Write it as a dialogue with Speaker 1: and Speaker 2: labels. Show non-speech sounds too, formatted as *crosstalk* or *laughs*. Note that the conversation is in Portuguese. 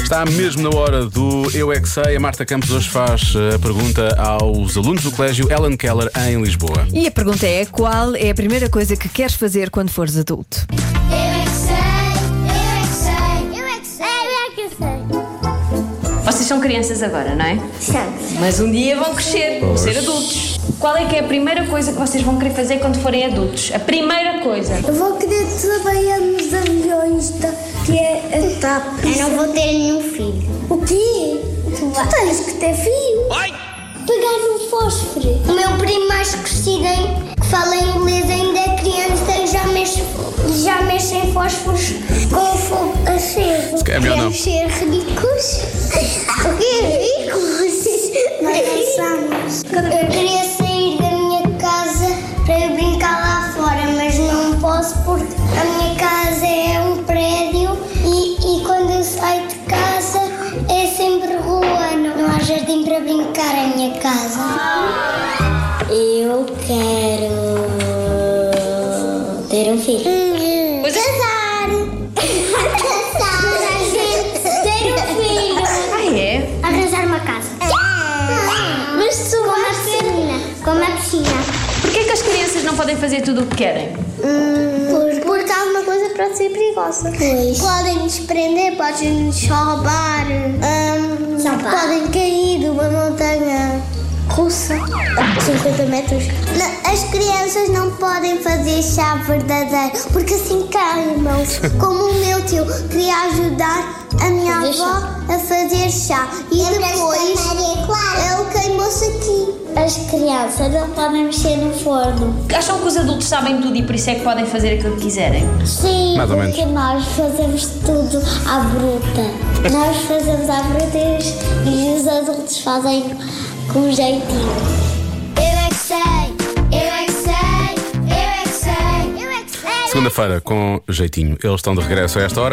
Speaker 1: Está mesmo na hora do Eu É Que Sei. A Marta Campos hoje faz eh, a pergunta aos alunos do colégio Ellen Keller em Lisboa.
Speaker 2: E a pergunta é: qual é a primeira coisa que queres fazer quando fores adulto?
Speaker 3: Eu é que sei, eu é que sei, eu é que sei, eu é que sei.
Speaker 4: Vocês são crianças agora, não é? Mas um dia vão crescer, vão ser adultos. Qual é que é a primeira coisa que vocês vão querer fazer quando forem adultos? A primeira coisa.
Speaker 3: Eu vou querer trabalhar nos aviões da que é a TAP. Eu não vou ter nenhum filho. O quê? Tu, tens que ter filho. Oi! Pegar um fósforo. O meu primo mais crescido em- que fala inglês ainda é criança e já mexe, já mexe em fósforos com fogo aceso.
Speaker 1: calhar é melhor não.
Speaker 3: Queremos ser ricos. O quê? Ricos? Nós pensamos. Eu queria sair da minha casa para eu brincar lá fora, mas não posso porque a minha casa é um prédio e, e quando eu saio de casa é sempre rua, não, não há jardim para brincar em minha casa. Eu quero ter um filho. Casar! é. Casar! Ter um filho!
Speaker 4: Ah, é?
Speaker 3: Arranjar uma casa. Mas tu Como a piscina. Como a piscina.
Speaker 4: Porquê que as crianças não podem fazer tudo o que querem?
Speaker 3: Porque, porque alguma coisa pode ser perigosa. Podem nos prender, podem nos roubar. hum, podem cair de uma montanha russa. 50 metros. as crianças não podem fazer chá verdadeiro, porque assim caem, irmãos. *laughs* Como o meu tio queria ajudar a minha avó a fazer chá. E depois ele queimou-se aqui. As crianças não podem mexer no forno.
Speaker 4: Acham que os adultos sabem tudo e por isso é que podem fazer aquilo que quiserem?
Speaker 3: Sim,
Speaker 1: Mais ou menos.
Speaker 3: porque nós fazemos tudo à bruta. Nós fazemos à bruta e os, e os adultos fazem com um jeitinho. Eu é que sei, eu é que sei, eu é que sei, eu é que sei.
Speaker 1: Segunda-feira, com jeitinho. Eles estão de regresso a esta hora.